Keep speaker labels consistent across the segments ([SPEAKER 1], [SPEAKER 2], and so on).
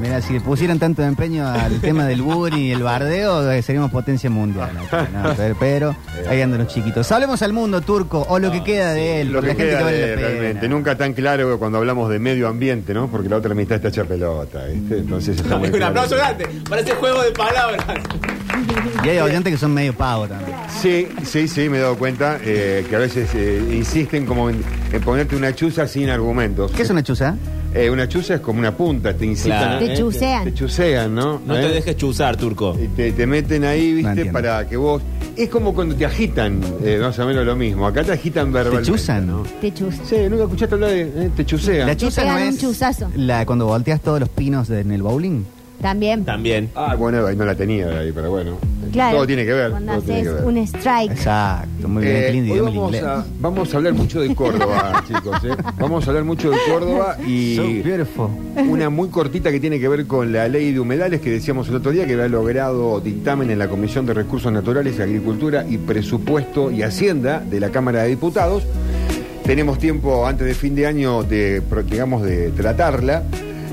[SPEAKER 1] Mira, si le pusieran tanto empeño al tema del bullying y el bardeo, eh, seríamos potencia mundial. acá, ¿no? Pero- Pero ahí andan los chiquitos. Hablemos al mundo turco, o lo que queda de él,
[SPEAKER 2] Ah, Lo
[SPEAKER 1] porque
[SPEAKER 2] que
[SPEAKER 1] la gente
[SPEAKER 2] queda
[SPEAKER 1] que vale
[SPEAKER 2] de-
[SPEAKER 1] la pena.
[SPEAKER 2] realmente, nunca tan claro cuando hablamos de medio ambiente, ¿no? Porque la otra mitad está hecha pelota, ¿viste? Entonces está muy
[SPEAKER 3] Un
[SPEAKER 2] claro.
[SPEAKER 3] aplauso grande para ese juego de palabras.
[SPEAKER 1] Y hay oyentes que son medio pavos también.
[SPEAKER 2] Sí, sí, sí, me he dado cuenta eh, que a veces eh, insisten como en, en ponerte una chuza sin argumentos.
[SPEAKER 1] ¿Qué es una chuza?
[SPEAKER 2] Eh, una chuza es como una punta, te incitan.
[SPEAKER 3] Claro.
[SPEAKER 2] ¿eh?
[SPEAKER 4] Te chusean.
[SPEAKER 2] Te chusean, ¿no?
[SPEAKER 3] No
[SPEAKER 2] ¿Eh?
[SPEAKER 3] te dejes chuzar, turco.
[SPEAKER 2] Y Te, te meten ahí,
[SPEAKER 1] No
[SPEAKER 2] ¿viste?
[SPEAKER 1] entiendo.
[SPEAKER 2] para que vos. Es como cuando te agitan, eh, más o menos lo mismo. Acá te agitan verbalmente.
[SPEAKER 1] chuzan?
[SPEAKER 2] ¿no?
[SPEAKER 4] Te chusa.
[SPEAKER 2] Sí, nunca escuchaste hablar de. eh, te chusean.
[SPEAKER 1] La chuza no
[SPEAKER 4] pegan un
[SPEAKER 1] es
[SPEAKER 4] chuzazo.
[SPEAKER 1] la cuando volteas todos los pinos en el bowling.
[SPEAKER 4] También.
[SPEAKER 3] También.
[SPEAKER 2] Ah, bueno, ahí no la tenía ahí, pero bueno.
[SPEAKER 4] Claro.
[SPEAKER 2] Todo tiene que ver.
[SPEAKER 4] Cuando
[SPEAKER 2] todo tiene
[SPEAKER 4] haces
[SPEAKER 2] que ver.
[SPEAKER 4] un strike.
[SPEAKER 1] Exacto, muy bien,
[SPEAKER 2] Eh,
[SPEAKER 1] qué lindo
[SPEAKER 2] hoy
[SPEAKER 1] idioma el
[SPEAKER 2] vamos,
[SPEAKER 1] inglés.
[SPEAKER 2] a, vamos a hablar mucho de Córdoba, chicos. ¿eh? Vamos a hablar mucho de Córdoba y
[SPEAKER 1] So beautiful.
[SPEAKER 2] una muy cortita que tiene que ver con la ley de humedales que decíamos el otro día que había logrado dictamen en la Comisión de Recursos Naturales, Agricultura y Presupuesto y Hacienda de la Cámara de Diputados. Tenemos tiempo antes de fin de año de, pro- digamos, de tratarla.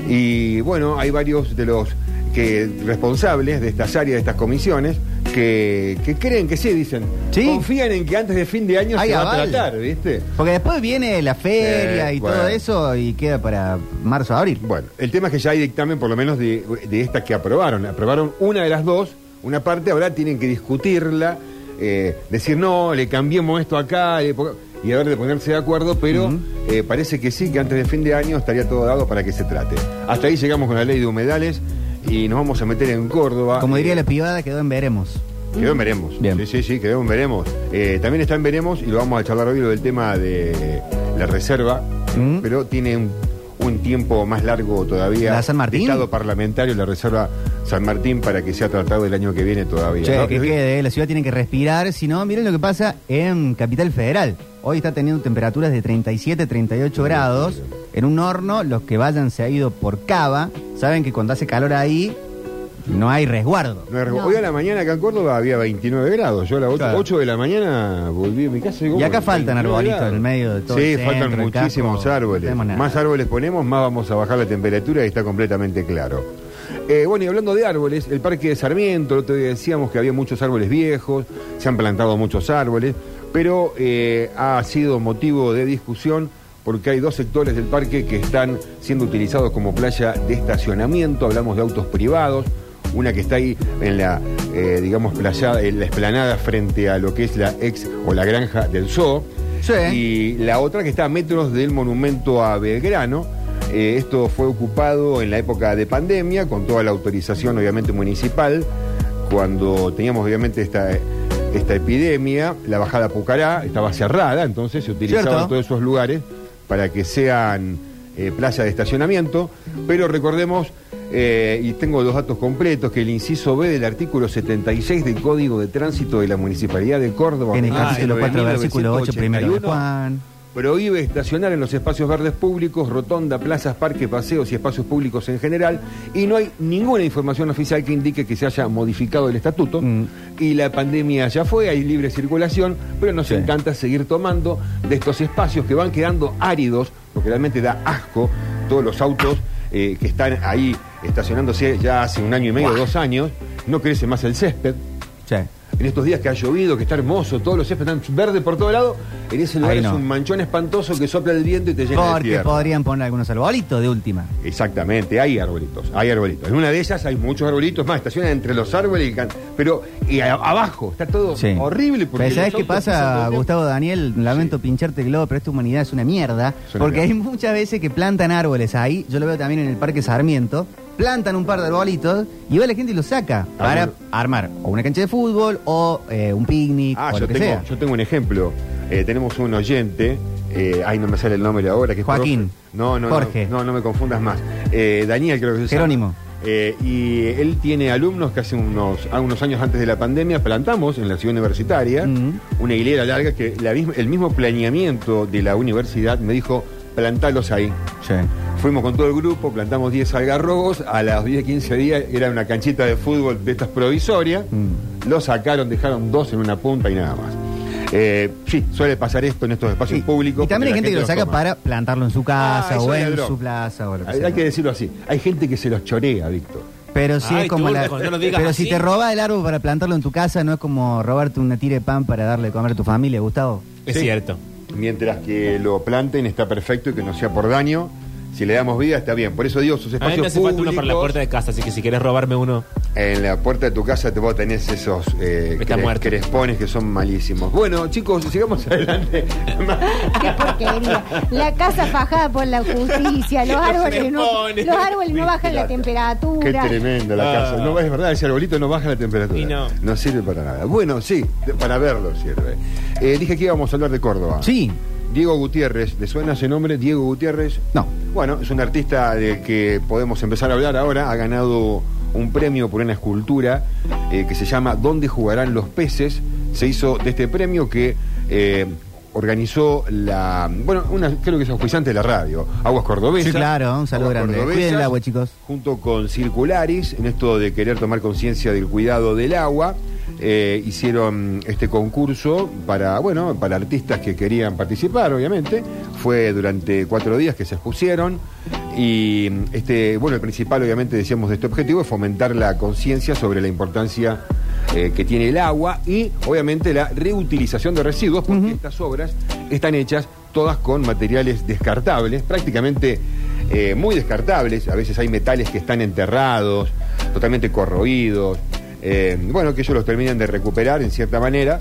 [SPEAKER 2] Y bueno, hay varios de los que, responsables de estas áreas, de estas comisiones, que, que creen que sí, dicen.
[SPEAKER 1] Sí.
[SPEAKER 2] Confían en que antes de fin de año
[SPEAKER 1] Hay
[SPEAKER 2] se va a
[SPEAKER 1] aval.
[SPEAKER 2] tratar, ¿viste?
[SPEAKER 1] Porque después viene la feria
[SPEAKER 2] Eh,
[SPEAKER 1] y
[SPEAKER 2] bueno.
[SPEAKER 1] todo eso y queda para marzo, abril.
[SPEAKER 2] Bueno, el tema es que ya hay dictamen, por lo menos de, de esta que aprobaron. Aprobaron una de las dos, una parte, ahora tienen que discutirla, eh, decir no, le cambiemos esto acá, le ponga- y a ver de ponerse de acuerdo, pero
[SPEAKER 1] Ujú.
[SPEAKER 2] eh, parece que sí, que antes de fin de año estaría todo dado para que se trate. Hasta ahí llegamos con la ley de humedales y nos vamos a meter en Córdoba.
[SPEAKER 1] Como diría
[SPEAKER 2] Eh,
[SPEAKER 1] la pibada, quedó en veremos.
[SPEAKER 2] Quedó en veremos.
[SPEAKER 1] Bien.
[SPEAKER 2] Sí, sí, sí, quedó en veremos. Eh, también está en veremos y lo vamos a charlar hoy lo del tema de la reserva,
[SPEAKER 1] Mm.
[SPEAKER 2] pero tiene un, un tiempo más largo todavía.
[SPEAKER 1] ¿La San Martín?
[SPEAKER 2] de Estado parlamentario, la reserva San Martín, para que sea tratado el año que viene todavía.
[SPEAKER 1] Che,
[SPEAKER 2] ¿no?
[SPEAKER 1] que quede, eh, la ciudad tiene que respirar, si no, miren lo que pasa en Capital Federal. Hoy está teniendo temperaturas de 37, 38 grados. En un horno, los que vayan se ha ido por cava, saben que cuando hace calor ahí, no hay resguardo.
[SPEAKER 2] No,
[SPEAKER 4] No.
[SPEAKER 2] Hoy a la mañana acá en Córdoba había 29 grados. Yo a las 8,
[SPEAKER 1] Claro.
[SPEAKER 2] de la mañana volví a mi casa. digo,
[SPEAKER 1] Y acá
[SPEAKER 2] "Bueno,
[SPEAKER 1] faltan
[SPEAKER 2] 29
[SPEAKER 1] arbolitos
[SPEAKER 2] grados".
[SPEAKER 1] en el medio de todo
[SPEAKER 2] Sí,
[SPEAKER 1] el centro,
[SPEAKER 2] faltan
[SPEAKER 1] el casco.
[SPEAKER 2] muchísimos
[SPEAKER 1] No
[SPEAKER 2] árboles.
[SPEAKER 1] tenemos nada.
[SPEAKER 2] más árboles ponemos, más vamos a bajar la temperatura y está completamente claro. Eh, bueno, y hablando de árboles, el parque de Sarmiento, el otro día decíamos que había muchos árboles viejos, se han plantado muchos árboles, pero eh, ha sido motivo de discusión porque hay dos sectores del parque que están siendo utilizados como playa de estacionamiento, hablamos de autos privados, una que está ahí en la, eh, digamos, playa, en la esplanada frente a lo que es la ex o la granja del zoo.
[SPEAKER 1] Sí.
[SPEAKER 2] Y la otra que está a metros del monumento a Belgrano. Eh, esto fue ocupado en la época de pandemia, con toda la autorización obviamente municipal, cuando teníamos obviamente esta, esta epidemia, la bajada a Pucará estaba cerrada, entonces se utilizaban
[SPEAKER 1] Cierto.
[SPEAKER 2] todos esos lugares para que sean eh, plazas de estacionamiento, pero recordemos, eh, y tengo los datos completos, que el inciso B del artículo 76 del Código de Tránsito de la Municipalidad de Córdoba,
[SPEAKER 1] En el
[SPEAKER 2] ah,
[SPEAKER 1] capítulo 4,
[SPEAKER 2] 9.981,
[SPEAKER 1] versículo 8, primero de Juan.
[SPEAKER 2] Prohíbe estacionar en los espacios verdes públicos, rotonda, plazas, parques, paseos y espacios públicos en general. Y no hay ninguna información oficial que indique que se haya modificado el estatuto.
[SPEAKER 1] Mm.
[SPEAKER 2] Y la pandemia ya fue, hay libre circulación, pero nos
[SPEAKER 1] Sí.
[SPEAKER 2] encanta seguir tomando de estos espacios que van quedando áridos, porque realmente da asco todos los autos eh, que están ahí estacionándose ya hace un año y medio, dos años. No crece más el césped.
[SPEAKER 1] Che.
[SPEAKER 2] En estos días que ha llovido, que está hermoso, todos los céspedes están verdes por todo lado, en ese lugar
[SPEAKER 1] Ahí
[SPEAKER 2] es
[SPEAKER 1] no.
[SPEAKER 2] un manchón espantoso que sopla el viento y te llena de
[SPEAKER 1] Porque
[SPEAKER 2] tierra.
[SPEAKER 1] podrían poner algunos arbolitos de última.
[SPEAKER 2] Exactamente, hay arbolitos, hay arbolitos. En una de ellas hay muchos arbolitos más, estacionan entre los árboles, y can- pero y a- abajo está todo
[SPEAKER 1] Sí.
[SPEAKER 2] horrible. Porque
[SPEAKER 1] Pero ¿Sabes
[SPEAKER 2] los
[SPEAKER 1] qué
[SPEAKER 2] autos pisan
[SPEAKER 1] pasa,
[SPEAKER 2] todo el
[SPEAKER 1] Gustavo Daniel? Lamento pincharte el globo, pero esta humanidad es una mierda.
[SPEAKER 2] Es una
[SPEAKER 1] porque
[SPEAKER 2] mierda.
[SPEAKER 1] hay muchas veces que plantan árboles ahí. Yo lo veo también en el Parque Sarmiento. Plantan un par de arbolitos y va la gente y los saca para
[SPEAKER 2] bueno.
[SPEAKER 1] armar o una cancha de fútbol o eh, un picnic
[SPEAKER 2] Ah,
[SPEAKER 1] o
[SPEAKER 2] yo
[SPEAKER 1] lo que
[SPEAKER 2] tengo,
[SPEAKER 1] sea.
[SPEAKER 2] yo tengo un ejemplo. Eh, tenemos un oyente, eh, ay, no me sale el nombre ahora, que es
[SPEAKER 1] Joaquín.
[SPEAKER 2] profe. No, no,
[SPEAKER 1] Jorge.
[SPEAKER 2] No, no, no me confundas más. Eh, Daniel creo que se llama.
[SPEAKER 1] Jerónimo.
[SPEAKER 2] Eh, y él tiene alumnos que hace unos, a unos años antes de la pandemia plantamos en la ciudad universitaria
[SPEAKER 1] Mm.
[SPEAKER 2] una hilera larga que la misma- el mismo planeamiento de la universidad me dijo, plantalos ahí.
[SPEAKER 1] Sí.
[SPEAKER 2] Fuimos con todo el grupo, plantamos 10 algarrobos, a las 10, 15 días era una canchita de fútbol de estas provisorias,
[SPEAKER 1] Mm.
[SPEAKER 2] lo sacaron, dejaron dos en una punta y nada más. Eh, sí, suele pasar esto en estos espacios
[SPEAKER 1] Y-
[SPEAKER 2] públicos.
[SPEAKER 1] Y también hay
[SPEAKER 2] porque
[SPEAKER 1] gente que
[SPEAKER 2] la
[SPEAKER 1] lo saca
[SPEAKER 2] toma.
[SPEAKER 1] para plantarlo en su casa
[SPEAKER 2] Ah, eso
[SPEAKER 1] o
[SPEAKER 2] es
[SPEAKER 1] en
[SPEAKER 2] ladrón.
[SPEAKER 1] su plaza o lo que
[SPEAKER 2] Hay,
[SPEAKER 1] sea.
[SPEAKER 2] hay que decirlo así. Hay gente que se los chorea, Víctor.
[SPEAKER 1] Pero sí
[SPEAKER 3] Ay,
[SPEAKER 1] es como la-
[SPEAKER 3] Turco, no lo digas
[SPEAKER 1] Pero si
[SPEAKER 3] así.
[SPEAKER 1] te roba el árbol para plantarlo en tu casa, no es como robarte una tira de pan para darle de comer a tu familia, Gustavo.
[SPEAKER 3] Es
[SPEAKER 2] Sí.
[SPEAKER 3] cierto.
[SPEAKER 2] Mientras que lo planten está perfecto y que no sea por daño. Si le damos vida está bien. Por eso digo, sus
[SPEAKER 3] A mí
[SPEAKER 2] espacios
[SPEAKER 3] me hace falta uno para la
[SPEAKER 2] públicos,
[SPEAKER 3] puerta de casa, así que si querés robarme uno.
[SPEAKER 2] En la puerta de tu casa te vos tenés esos eh,
[SPEAKER 3] Está
[SPEAKER 2] cre-
[SPEAKER 3] muerto.
[SPEAKER 2] crespones que son malísimos. Bueno, chicos, sigamos adelante.
[SPEAKER 4] Qué porquería. La casa fajada por la justicia, los
[SPEAKER 3] Los
[SPEAKER 4] árboles no,
[SPEAKER 3] crepones.
[SPEAKER 4] los árboles no bajan la
[SPEAKER 2] Qué
[SPEAKER 4] temperatura.
[SPEAKER 2] tremenda la
[SPEAKER 3] Ah.
[SPEAKER 2] casa. No, es verdad, ese arbolito no baja la temperatura.
[SPEAKER 3] Y no.
[SPEAKER 2] sirve para nada. Bueno, sí, de- para verlo sirve. Eh, dije que íbamos a hablar de Córdoba.
[SPEAKER 1] Sí.
[SPEAKER 2] Diego Gutiérrez, ¿le suena ese nombre? Diego Gutiérrez.
[SPEAKER 1] No.
[SPEAKER 2] Bueno, es un artista de que podemos empezar a hablar ahora. Ha ganado un premio por una escultura eh, que se llama ¿Dónde jugarán los peces? Se hizo de este premio que eh, organizó la. Bueno, una, creo que es auspiciante de la radio, Aguas Cordobesas.
[SPEAKER 1] Sí, claro, un saludo grande.
[SPEAKER 2] Cordobesas,
[SPEAKER 1] Cuiden el agua, chicos.
[SPEAKER 2] Junto con Circularis, en esto de querer tomar conciencia del cuidado del agua. eh, hicieron este concurso para, bueno, para artistas que querían participar, obviamente. Fue durante cuatro días que se expusieron. Y este, bueno, el principal, obviamente, decíamos de este objetivo es fomentar la conciencia sobre la importancia eh, que tiene el agua y, obviamente, la reutilización de residuos, porque estas obras están hechas todas con materiales descartables, prácticamente eh, muy descartables. A veces hay metales que están enterrados, totalmente corroídos. eh, bueno, que ellos los terminan de recuperar en cierta manera.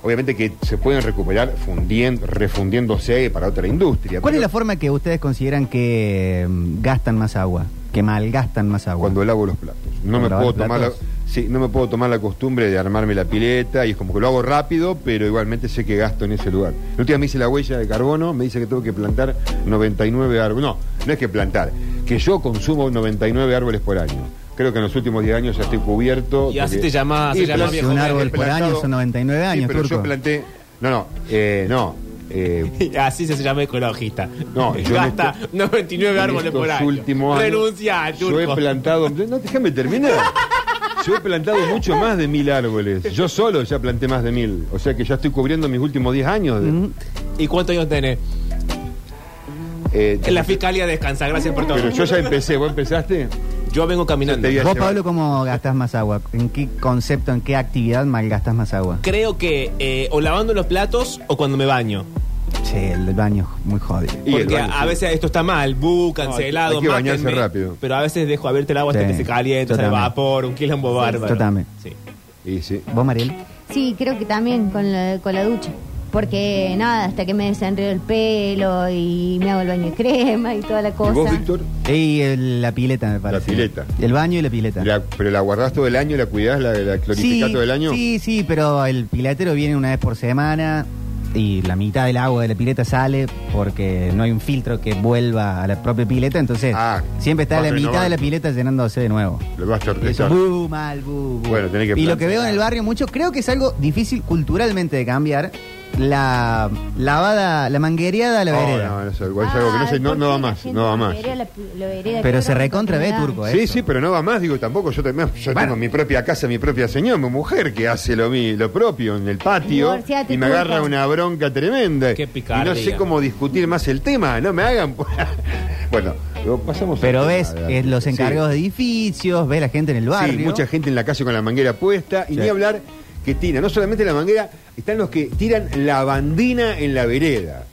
[SPEAKER 2] Obviamente que se pueden recuperar fundiendo, refundiéndose para otra industria.
[SPEAKER 1] ¿Cuál es
[SPEAKER 2] pero
[SPEAKER 1] la forma que ustedes consideran que mm, gastan más agua? Que malgastan más agua.
[SPEAKER 2] Cuando lavo los platos. No me
[SPEAKER 1] ¿Cuando
[SPEAKER 2] puedo
[SPEAKER 1] lavas
[SPEAKER 2] tomar la,
[SPEAKER 1] platos?
[SPEAKER 2] sí, no me puedo tomar la costumbre de armarme la pileta y es como que lo hago rápido, pero igualmente sé que gasto en ese lugar. La última vez me hice la huella de carbono, me dice que tengo que plantar 99 árboles. No, no es que plantar, que yo consumo 99 árboles por año. Creo que en los últimos 10 años ya estoy cubierto.
[SPEAKER 3] Y así te llamás, se llama
[SPEAKER 2] pero-
[SPEAKER 1] Si
[SPEAKER 3] viejo
[SPEAKER 1] un
[SPEAKER 3] verde
[SPEAKER 1] árbol por
[SPEAKER 2] plantado-
[SPEAKER 1] año son 99
[SPEAKER 2] Sí,
[SPEAKER 1] años,
[SPEAKER 2] pero yo
[SPEAKER 1] Turco.
[SPEAKER 2] planté. No, no, eh, no. eh,
[SPEAKER 3] Así se llama ecologista.
[SPEAKER 2] No, yo en
[SPEAKER 3] Gasta
[SPEAKER 2] esto-
[SPEAKER 3] 99
[SPEAKER 2] en
[SPEAKER 3] árboles
[SPEAKER 2] estos
[SPEAKER 3] por año.
[SPEAKER 2] últimos años,
[SPEAKER 3] Renuncia,
[SPEAKER 2] Yo he
[SPEAKER 3] Turco.
[SPEAKER 2] plantado. No, déjame terminar. Yo he plantado mucho más de mil árboles. Yo solo ya planté más de mil. O sea que ya estoy cubriendo mis últimos 10 años.
[SPEAKER 1] Mm.
[SPEAKER 2] de-
[SPEAKER 3] ¿Y cuántos años tenés?
[SPEAKER 2] Eh,
[SPEAKER 3] En la fiscalía descansa, gracias por todo.
[SPEAKER 2] Pero yo ya empecé. ¿Vos empezaste?
[SPEAKER 3] Yo vengo caminando.
[SPEAKER 2] Te voy a
[SPEAKER 1] Vos,
[SPEAKER 2] llevar.
[SPEAKER 1] Pablo, ¿cómo gastas más agua? ¿En qué concepto, en qué actividad malgastas más agua?
[SPEAKER 3] Creo que eh, o lavando los platos o cuando me baño.
[SPEAKER 1] Che, el baño, muy jodido.
[SPEAKER 2] Y el
[SPEAKER 3] Porque
[SPEAKER 2] baño,
[SPEAKER 3] a
[SPEAKER 2] sí.
[SPEAKER 3] veces esto está mal, bu, cancelado,
[SPEAKER 2] hay que bañarse
[SPEAKER 3] mátenme.
[SPEAKER 2] rápido.
[SPEAKER 3] Pero a veces dejo abierto el agua hasta
[SPEAKER 1] Sí,
[SPEAKER 3] que se caliente,
[SPEAKER 1] yo
[SPEAKER 3] sale
[SPEAKER 1] también.
[SPEAKER 3] vapor, un quilombo bárbaro.
[SPEAKER 1] yo también.
[SPEAKER 3] Sí.
[SPEAKER 2] Y sí.
[SPEAKER 1] ¿Vos, Mariel?
[SPEAKER 4] Sí, creo que también con la, con la ducha. Porque nada, hasta que me desenredo el pelo y me hago el baño de crema y toda la
[SPEAKER 2] ¿Y
[SPEAKER 4] cosa.
[SPEAKER 2] vos, Víctor?
[SPEAKER 1] Y el- la pileta, me parece.
[SPEAKER 2] pileta.
[SPEAKER 1] El baño y la pileta.
[SPEAKER 2] La- ¿Pero la guardás todo el año? ¿La cuidás? ¿La, la clorificás
[SPEAKER 1] Sí,
[SPEAKER 2] todo el año?
[SPEAKER 1] Sí, sí, pero el piletero viene una vez por semana y la mitad del agua de la pileta sale porque no hay un filtro que vuelva a la propia pileta, entonces
[SPEAKER 2] Ah,
[SPEAKER 1] siempre está
[SPEAKER 2] vas
[SPEAKER 1] la mitad de
[SPEAKER 2] renovando.
[SPEAKER 1] la pileta llenándose de nuevo.
[SPEAKER 2] Lo vas a
[SPEAKER 1] Y eso,
[SPEAKER 2] tortezar.
[SPEAKER 1] bu, mal, bu, bu.
[SPEAKER 2] Bueno, tenés que
[SPEAKER 1] y lo que
[SPEAKER 2] plantear.
[SPEAKER 1] veo en el barrio mucho, creo que es algo difícil culturalmente de cambiar, la lavada, la manguereada a la
[SPEAKER 2] No,
[SPEAKER 1] vereda.
[SPEAKER 2] Oh, no, eso es algo que no, se- no, no va más. No va más.
[SPEAKER 1] Pero se recontra ve, Turco,
[SPEAKER 2] Sí,
[SPEAKER 1] eso.
[SPEAKER 2] sí, pero no va más, digo, tampoco yo también, yo
[SPEAKER 1] Bueno.
[SPEAKER 2] tengo mi propia casa, mi propia señora, mi mujer que hace lo, mi- lo propio en el patio
[SPEAKER 4] Divorciate,
[SPEAKER 2] y me
[SPEAKER 4] turca.
[SPEAKER 2] agarra una bronca tremenda.
[SPEAKER 3] Qué
[SPEAKER 2] y
[SPEAKER 3] picardía.
[SPEAKER 2] no sé cómo discutir más el tema, no me hagan. pues. bueno, lo pasamos.
[SPEAKER 1] Pero
[SPEAKER 2] al tema,
[SPEAKER 1] ves
[SPEAKER 2] ¿verdad?
[SPEAKER 1] eh, los
[SPEAKER 2] Sí.
[SPEAKER 1] encargados de edificios, ves la gente en el barrio.
[SPEAKER 2] Sí, mucha gente en la calle con la manguera puesta y
[SPEAKER 1] Sí.
[SPEAKER 2] ni hablar que tira, no solamente la manguera, están los que tiran la bandina en la vereda.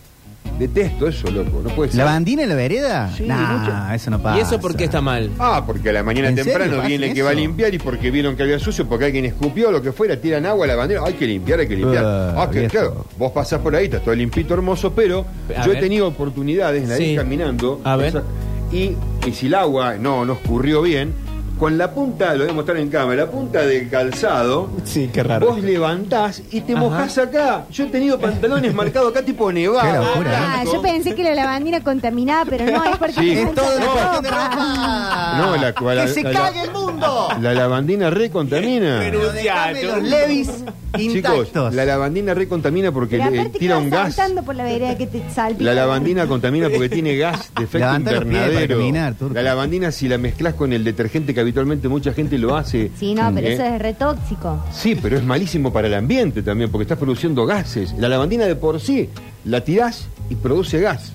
[SPEAKER 2] Detesto eso, loco, no puede ser.
[SPEAKER 1] ¿La bandina en la vereda?
[SPEAKER 2] Sí,
[SPEAKER 1] nah,
[SPEAKER 2] mucho.
[SPEAKER 1] eso no pasa.
[SPEAKER 3] ¿Y eso por qué está mal?
[SPEAKER 2] Ah, porque a la mañana
[SPEAKER 1] ¿En serio
[SPEAKER 2] temprano
[SPEAKER 1] hacen
[SPEAKER 2] viene el que va a
[SPEAKER 1] eso?
[SPEAKER 2] limpiar y porque vieron que había sucio, porque alguien escupió, lo que fuera, tiran agua a la bandera. Hay que limpiar, hay que limpiar.
[SPEAKER 1] Ah,
[SPEAKER 2] Ah, que-
[SPEAKER 1] viejo.
[SPEAKER 2] claro, vos pasás por ahí, está todo limpito, hermoso, pero
[SPEAKER 3] A
[SPEAKER 2] yo he
[SPEAKER 3] ver.
[SPEAKER 2] tenido oportunidades en la
[SPEAKER 3] Sí.
[SPEAKER 2] ir caminando.
[SPEAKER 3] A ver.
[SPEAKER 2] esa- Y, y si el agua no, no escurrió bien, con la punta, lo voy a mostrar en cámara, la punta del calzado.
[SPEAKER 3] Sí, qué raro.
[SPEAKER 2] Vos levantás y te
[SPEAKER 3] Ajá.
[SPEAKER 2] mojás acá. Yo he tenido pantalones marcados acá tipo nevado.
[SPEAKER 1] Qué locura, ¿eh?
[SPEAKER 4] Ah,
[SPEAKER 2] blanco.
[SPEAKER 4] yo pensé que la lavandina contaminada, pero no, es porque
[SPEAKER 2] Sí.
[SPEAKER 4] te
[SPEAKER 2] Es
[SPEAKER 1] Es todo
[SPEAKER 4] mancha
[SPEAKER 1] una
[SPEAKER 4] la
[SPEAKER 1] cuestión de
[SPEAKER 4] ropa.
[SPEAKER 1] ropa.
[SPEAKER 2] No, la-
[SPEAKER 1] que
[SPEAKER 2] la-
[SPEAKER 1] se
[SPEAKER 2] la-
[SPEAKER 1] cague el mundo.
[SPEAKER 2] La lavandina re contamina.
[SPEAKER 3] Pero
[SPEAKER 1] Dejame
[SPEAKER 3] Ya,
[SPEAKER 1] los
[SPEAKER 3] tú.
[SPEAKER 1] Levis intactos.
[SPEAKER 2] Chicos, la lavandina recontamina porque
[SPEAKER 4] Pero
[SPEAKER 2] le-
[SPEAKER 4] aparte
[SPEAKER 2] tira un
[SPEAKER 4] que vas
[SPEAKER 2] gas.
[SPEAKER 4] saltando por la vereda que te salpica.
[SPEAKER 2] La lavandina contamina porque tiene gas de efecto
[SPEAKER 1] Levanta los pies para
[SPEAKER 2] invernadero.
[SPEAKER 1] caminar, Turco.
[SPEAKER 2] la lavandina, si la mezclas con el detergente que habitualmente mucha gente lo hace.
[SPEAKER 4] Sí, no, pero
[SPEAKER 2] ¿eh?
[SPEAKER 4] eso es re tóxico.
[SPEAKER 2] Sí, pero es malísimo para el ambiente también, porque estás produciendo gases. La lavandina de por sí la tirás y produce gas.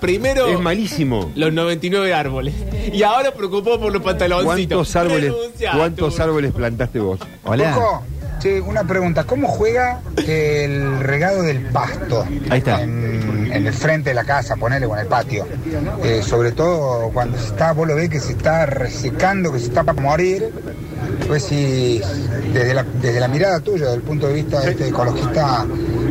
[SPEAKER 3] Primero,
[SPEAKER 2] Es malísimo.
[SPEAKER 3] los 99 árboles. Y ahora preocupó por los pantaloncitos.
[SPEAKER 2] ¿Cuántos árboles,
[SPEAKER 3] Renuncia,
[SPEAKER 2] ¿cuántos
[SPEAKER 3] tú.
[SPEAKER 2] árboles plantaste vos?
[SPEAKER 1] Hola.
[SPEAKER 5] Coco, che, una pregunta. ¿Cómo juega el regado del pasto?
[SPEAKER 1] Ahí está.
[SPEAKER 5] En, en el frente de la casa, ponele, o en el patio. Eh, sobre todo cuando se está, vos lo ves que se está resecando, que se está para morir. Pues si desde la, desde la mirada tuya, desde el punto de vista de este ecologista,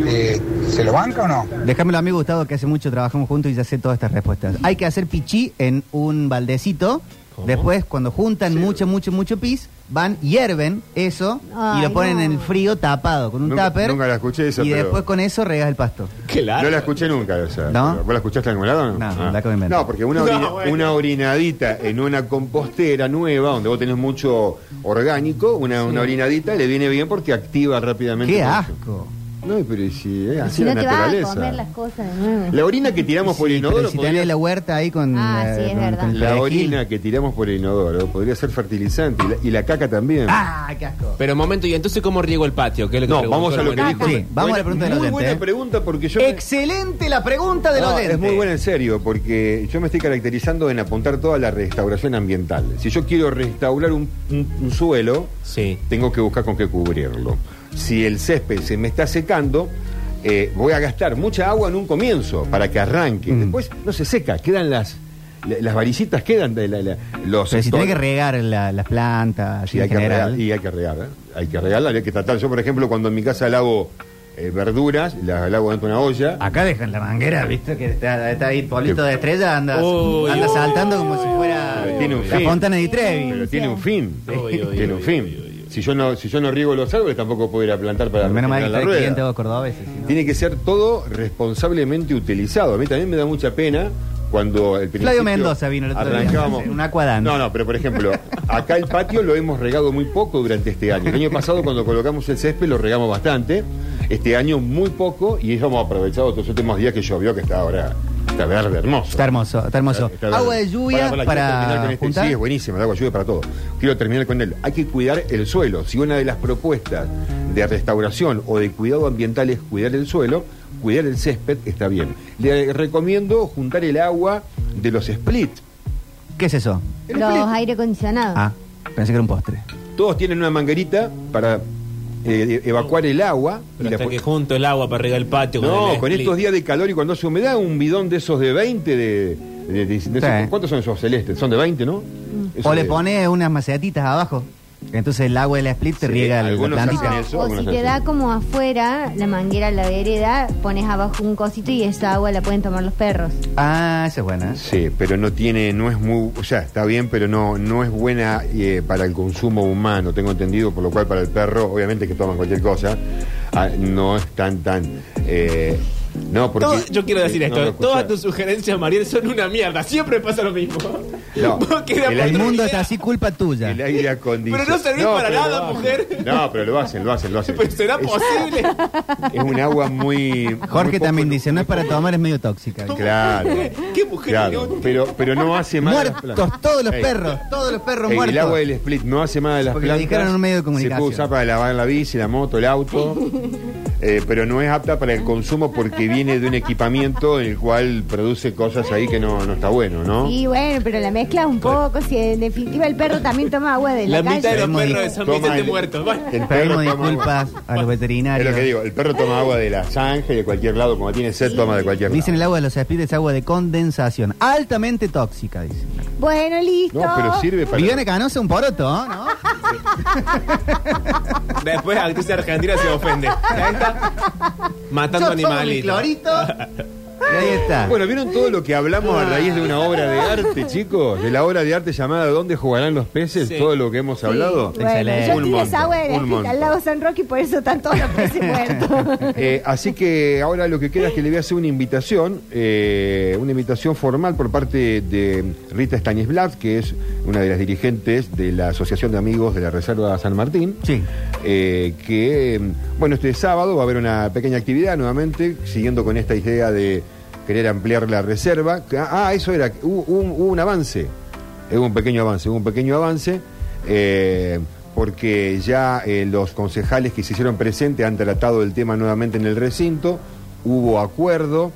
[SPEAKER 5] eh, ¿se lo banca o no?
[SPEAKER 1] Déjamelo a mí, Gustavo, que hace mucho trabajamos juntos y ya sé todas estas respuestas. Hay que hacer pichí en un baldecito. Después, cuando juntan mucho, mucho, mucho pis, van, hierven eso y
[SPEAKER 4] Ay,
[SPEAKER 1] lo ponen
[SPEAKER 4] no.
[SPEAKER 1] en el frío tapado con un
[SPEAKER 2] Nunca-
[SPEAKER 1] tupper.
[SPEAKER 2] nunca la escuché esa,
[SPEAKER 1] Y
[SPEAKER 2] pero-
[SPEAKER 1] después con eso regas el pasto.
[SPEAKER 3] Claro.
[SPEAKER 2] No la escuché nunca, o sea,
[SPEAKER 1] Ah. ¿No?
[SPEAKER 2] ¿Vos la escuchaste en algún lado? o
[SPEAKER 1] No, la acabo de inventar.
[SPEAKER 2] No, porque una, orina-
[SPEAKER 3] No, bueno.
[SPEAKER 2] una orinadita en una compostera nueva, donde vos tenés mucho orgánico, una, una orinadita le viene bien porque activa rápidamente.
[SPEAKER 1] ¡Qué
[SPEAKER 2] todo eso.
[SPEAKER 1] asco!
[SPEAKER 2] No, pero si es así
[SPEAKER 4] Si
[SPEAKER 2] Ah, la
[SPEAKER 4] no te vas a
[SPEAKER 2] naturaleza.
[SPEAKER 4] comer las cosas de nuevo.
[SPEAKER 2] La orina que tiramos por el
[SPEAKER 1] Sí, pero
[SPEAKER 2] inodoro
[SPEAKER 1] si
[SPEAKER 2] podría-
[SPEAKER 1] tenés la huerta ahí con,
[SPEAKER 4] Ah,
[SPEAKER 1] eh,
[SPEAKER 4] sí, es
[SPEAKER 1] con-
[SPEAKER 4] verdad.
[SPEAKER 1] con el
[SPEAKER 2] la
[SPEAKER 1] perejil.
[SPEAKER 2] orina que tiramos por el inodoro podría ser fertilizante y la, y la caca también.
[SPEAKER 1] ¡Ah, qué asco!
[SPEAKER 3] Pero momento, ¿y entonces cómo riego el patio? ¿Qué es lo que
[SPEAKER 2] No,
[SPEAKER 3] preguntó
[SPEAKER 2] vamos a
[SPEAKER 3] la
[SPEAKER 2] lo que
[SPEAKER 3] buena-
[SPEAKER 2] dijo.
[SPEAKER 1] Sí, vamos a la pregunta del
[SPEAKER 2] Muy
[SPEAKER 1] oyente,
[SPEAKER 2] buena
[SPEAKER 1] eh.
[SPEAKER 2] pregunta porque yo... me-
[SPEAKER 1] ¡Excelente la pregunta del
[SPEAKER 2] No,
[SPEAKER 1] oyente!
[SPEAKER 2] es muy buena en serio, porque yo me estoy caracterizando en apuntar toda la restauración ambiental. Si yo quiero restaurar un, un- un suelo,
[SPEAKER 3] Sí.
[SPEAKER 2] tengo que buscar con qué cubrirlo. Si el césped se me está secando, eh, voy a gastar mucha agua en un comienzo para que arranque.
[SPEAKER 1] Mm.
[SPEAKER 2] Después no se seca, quedan las, la- las varillitas, quedan de la- la- los...
[SPEAKER 1] Pero si
[SPEAKER 2] sectores.
[SPEAKER 1] tenés que regar la- las plantas, así
[SPEAKER 2] Sí, hay
[SPEAKER 1] en
[SPEAKER 2] que
[SPEAKER 1] general.
[SPEAKER 2] regar, y hay que regar, ¿eh? hay que regarla, hay que tratar. Yo, por ejemplo, cuando en mi casa lavo eh, verduras, las lavo dentro de una olla.
[SPEAKER 1] Acá dejan la manguera, ¿viste? Que está, está ahí Pablito
[SPEAKER 2] Que-
[SPEAKER 1] de Estrella, anda,
[SPEAKER 3] Uy,
[SPEAKER 1] anda
[SPEAKER 3] uy,
[SPEAKER 1] saltando como si fuera
[SPEAKER 2] Pero tiene un
[SPEAKER 1] la
[SPEAKER 2] fin.
[SPEAKER 1] Fontana di Trevi.
[SPEAKER 2] Pero tiene un fin.
[SPEAKER 3] Uy, uy, uy,
[SPEAKER 2] tiene un
[SPEAKER 3] uy,
[SPEAKER 2] fin.
[SPEAKER 3] uy, uy,
[SPEAKER 2] Si yo no, si yo no riego los árboles, tampoco puedo ir a plantar para
[SPEAKER 1] Menos mal que
[SPEAKER 2] regenerar
[SPEAKER 1] está
[SPEAKER 2] la rueda.
[SPEAKER 1] cliente vos cordobeses. si no.
[SPEAKER 2] Tiene que ser todo responsablemente utilizado. A mí también me da mucha pena cuando el
[SPEAKER 1] Flavio
[SPEAKER 2] principio
[SPEAKER 1] Mendoza vino el otro día,
[SPEAKER 2] arrancábamos-
[SPEAKER 1] en un aquadance.
[SPEAKER 2] No, no, pero por ejemplo, acá el patio lo hemos regado muy poco durante este año. El año pasado cuando colocamos el césped lo regamos bastante. Este año muy poco y hemos aprovechado estos últimos días que llovió, que está ahora está verde hermoso.
[SPEAKER 1] Está hermoso, está hermoso.
[SPEAKER 2] Está bien.
[SPEAKER 1] Agua de lluvia para,
[SPEAKER 2] quiero terminar con este.
[SPEAKER 1] juntar.
[SPEAKER 2] Sí, es buenísima, el agua de lluvia para todo. Quiero terminar con él. Hay que cuidar el suelo. Si una de las propuestas de restauración o de cuidado ambiental es cuidar el suelo, cuidar el césped está bien. Le recomiendo juntar el agua de los split.
[SPEAKER 1] ¿Qué es eso?
[SPEAKER 2] El
[SPEAKER 4] Los
[SPEAKER 2] split.
[SPEAKER 4] aire acondicionados.
[SPEAKER 1] Ah, pensé que era un postre.
[SPEAKER 2] Todos tienen una manguerita para eh, evacuar el agua. y
[SPEAKER 3] Pero
[SPEAKER 2] la
[SPEAKER 3] hasta
[SPEAKER 2] pon-
[SPEAKER 3] que junto el agua para regar el patio.
[SPEAKER 2] No,
[SPEAKER 3] el
[SPEAKER 2] con
[SPEAKER 3] split.
[SPEAKER 2] estos días de calor y cuando hace humedad, un bidón de esos de 20 de... de- de- de-
[SPEAKER 1] Sí. Mm.
[SPEAKER 2] ¿Cuántos son esos celestes? Son de 20, ¿no? Esos
[SPEAKER 1] O le
[SPEAKER 2] de-
[SPEAKER 1] pones unas macetitas abajo. Entonces el agua de la split te
[SPEAKER 2] Sí,
[SPEAKER 1] riega la
[SPEAKER 2] algunos
[SPEAKER 1] plantita.
[SPEAKER 2] hacen
[SPEAKER 4] No,
[SPEAKER 2] eso,
[SPEAKER 4] o
[SPEAKER 2] algunos
[SPEAKER 4] si
[SPEAKER 2] hacen
[SPEAKER 4] te da
[SPEAKER 2] eso.
[SPEAKER 4] como afuera la manguera, la vereda, pones abajo un cosito y esa agua la pueden tomar los perros.
[SPEAKER 1] Ah, esa es buena.
[SPEAKER 2] Sí, pero no tiene, no es muy, o sea, está bien, pero no, no es buena eh, para el consumo humano, tengo entendido, por lo cual para el perro, obviamente que toman cualquier cosa, ah, no es tan, tan, eh, no, porque... eh,
[SPEAKER 3] Todo- yo quiero decir
[SPEAKER 2] no
[SPEAKER 3] esto,
[SPEAKER 2] lo escuché.
[SPEAKER 3] todas tus sugerencias, Mariel, son una mierda. Siempre pasa lo mismo.
[SPEAKER 2] No,
[SPEAKER 3] Vos
[SPEAKER 2] el
[SPEAKER 3] quedás por
[SPEAKER 1] El
[SPEAKER 3] otra
[SPEAKER 1] mundo está
[SPEAKER 3] idea,
[SPEAKER 1] así, culpa tuya.
[SPEAKER 2] El aire acondicionado.
[SPEAKER 3] Pero no servís para
[SPEAKER 2] pero
[SPEAKER 3] nada,
[SPEAKER 2] lo hacen.
[SPEAKER 3] mujer.
[SPEAKER 2] No, pero lo hacen, lo hacen, lo hacen.
[SPEAKER 3] Pero Pues, será
[SPEAKER 2] Es-
[SPEAKER 3] posible.
[SPEAKER 2] Es un agua muy... muy
[SPEAKER 1] Jorge
[SPEAKER 2] poco-
[SPEAKER 1] también dice, no es para tomar, es medio tóxica.
[SPEAKER 2] Claro.
[SPEAKER 3] Qué mujer
[SPEAKER 2] Claro,
[SPEAKER 3] inútil.
[SPEAKER 2] pero, pero no hace mal. a las
[SPEAKER 1] Muertos
[SPEAKER 2] plantas.
[SPEAKER 1] todos los
[SPEAKER 2] Ey.
[SPEAKER 1] perros, todos los perros
[SPEAKER 2] Eh,
[SPEAKER 1] muertos.
[SPEAKER 2] El agua del split no hace mal a las
[SPEAKER 1] Porque lo
[SPEAKER 2] plantas.
[SPEAKER 1] dijeron en un medio de
[SPEAKER 2] Se
[SPEAKER 1] comunicación.
[SPEAKER 2] puede usar para lavar la bici, la moto, el auto. eh, pero no es apta para el consumo porque viene de un equipamiento en el cual produce cosas ahí que no, no está bueno, ¿no?
[SPEAKER 4] Y bueno, pero la mezcla un poco, si en definitiva el perro también toma agua de la,
[SPEAKER 3] La mitad de
[SPEAKER 4] calle.
[SPEAKER 3] los
[SPEAKER 1] Pedimos
[SPEAKER 3] perros
[SPEAKER 1] disculpas.
[SPEAKER 3] de San
[SPEAKER 2] Toma
[SPEAKER 3] Vicente
[SPEAKER 2] el-
[SPEAKER 3] muertos. Bueno,
[SPEAKER 2] el perro
[SPEAKER 1] Pedimos
[SPEAKER 2] toma agua.
[SPEAKER 1] disculpas a los
[SPEAKER 2] Es
[SPEAKER 1] veterinarios.
[SPEAKER 2] lo que digo, el perro toma agua de la zanja y de cualquier lado, como tiene sed, toma de cualquier
[SPEAKER 1] Dicen el
[SPEAKER 2] lado.
[SPEAKER 1] agua de los split es agua de condensación, altamente tóxica, dice.
[SPEAKER 4] Bueno, listo.
[SPEAKER 2] No, pero sirve para...
[SPEAKER 1] Viviana Canosa, un poroto, ¿no?
[SPEAKER 3] Después la actriz argentina se ofende. Ahí está, Matando
[SPEAKER 1] Yo tomo mi
[SPEAKER 3] animalitos.
[SPEAKER 1] clorito. Y ahí está.
[SPEAKER 2] Bueno, ¿vieron todo lo que hablamos a raíz de una obra de arte, chicos? De la obra de arte llamada ¿Dónde jugarán los peces?
[SPEAKER 3] Sí.
[SPEAKER 2] Todo lo que hemos hablado.
[SPEAKER 4] Bueno,
[SPEAKER 1] Excelente.
[SPEAKER 4] yo
[SPEAKER 2] Un
[SPEAKER 4] tiro esa
[SPEAKER 2] montón,
[SPEAKER 4] agua de la
[SPEAKER 2] un
[SPEAKER 4] esquina al
[SPEAKER 2] montón.
[SPEAKER 4] lago San Roque y por eso están todos los peces muertos.
[SPEAKER 2] Eh, así que ahora lo que queda es que le voy a hacer una invitación, eh, una invitación formal por parte de Rita Stanisblav, que es una de las dirigentes de la Asociación de Amigos de la Reserva San Martín.
[SPEAKER 1] Sí.
[SPEAKER 2] Eh, que, bueno, este sábado va a haber una pequeña actividad nuevamente, siguiendo con esta idea de querer ampliar la reserva. Ah, ah, eso era, hubo, hubo un, hubo un avance. Es un pequeño avance, hubo un pequeño avance, eh, porque ya eh, los concejales que se hicieron presentes han tratado el tema nuevamente en el recinto, hubo acuerdo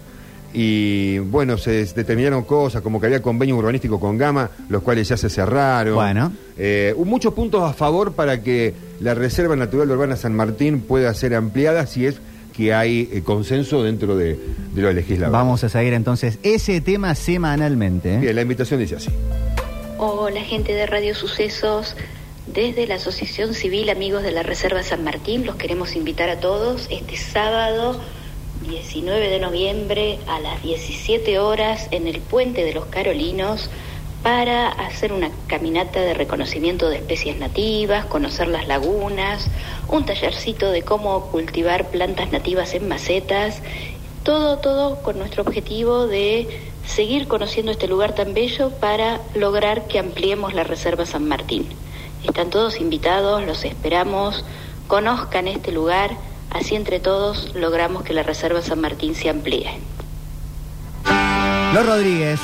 [SPEAKER 2] y bueno, se determinaron cosas como que había convenio urbanístico con Gama, los cuales ya se cerraron.
[SPEAKER 1] Bueno.
[SPEAKER 2] Eh, hubo muchos puntos a favor para que la Reserva Natural Urbana San Martín pueda ser ampliada si es que hay eh, consenso dentro de, de los legisladores.
[SPEAKER 1] Vamos a seguir entonces ese tema semanalmente. ¿eh?
[SPEAKER 2] Bien, la invitación dice así.
[SPEAKER 6] Hola gente de Radio Sucesos, desde la Asociación Civil Amigos de la Reserva San Martín los queremos invitar a todos este sábado 19 de noviembre a las 17 horas en el Puente de los Carolinos para hacer una caminata de reconocimiento de especies nativas, conocer las lagunas, un tallercito de cómo cultivar plantas nativas en macetas, todo, todo con nuestro objetivo de seguir conociendo este lugar tan bello para lograr que ampliemos la Reserva San Martín. Están todos invitados, los esperamos, conozcan este lugar, así entre todos logramos que la Reserva San Martín se amplíe.
[SPEAKER 1] Los Rodríguez.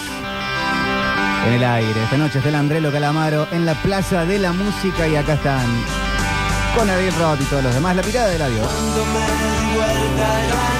[SPEAKER 1] En el aire, esta noche está el Andrelo Calamaro en la Plaza de la Música y acá están con Adil Roth y todos los demás. La pirada del adiós.
[SPEAKER 7] Cuando me di vuelta el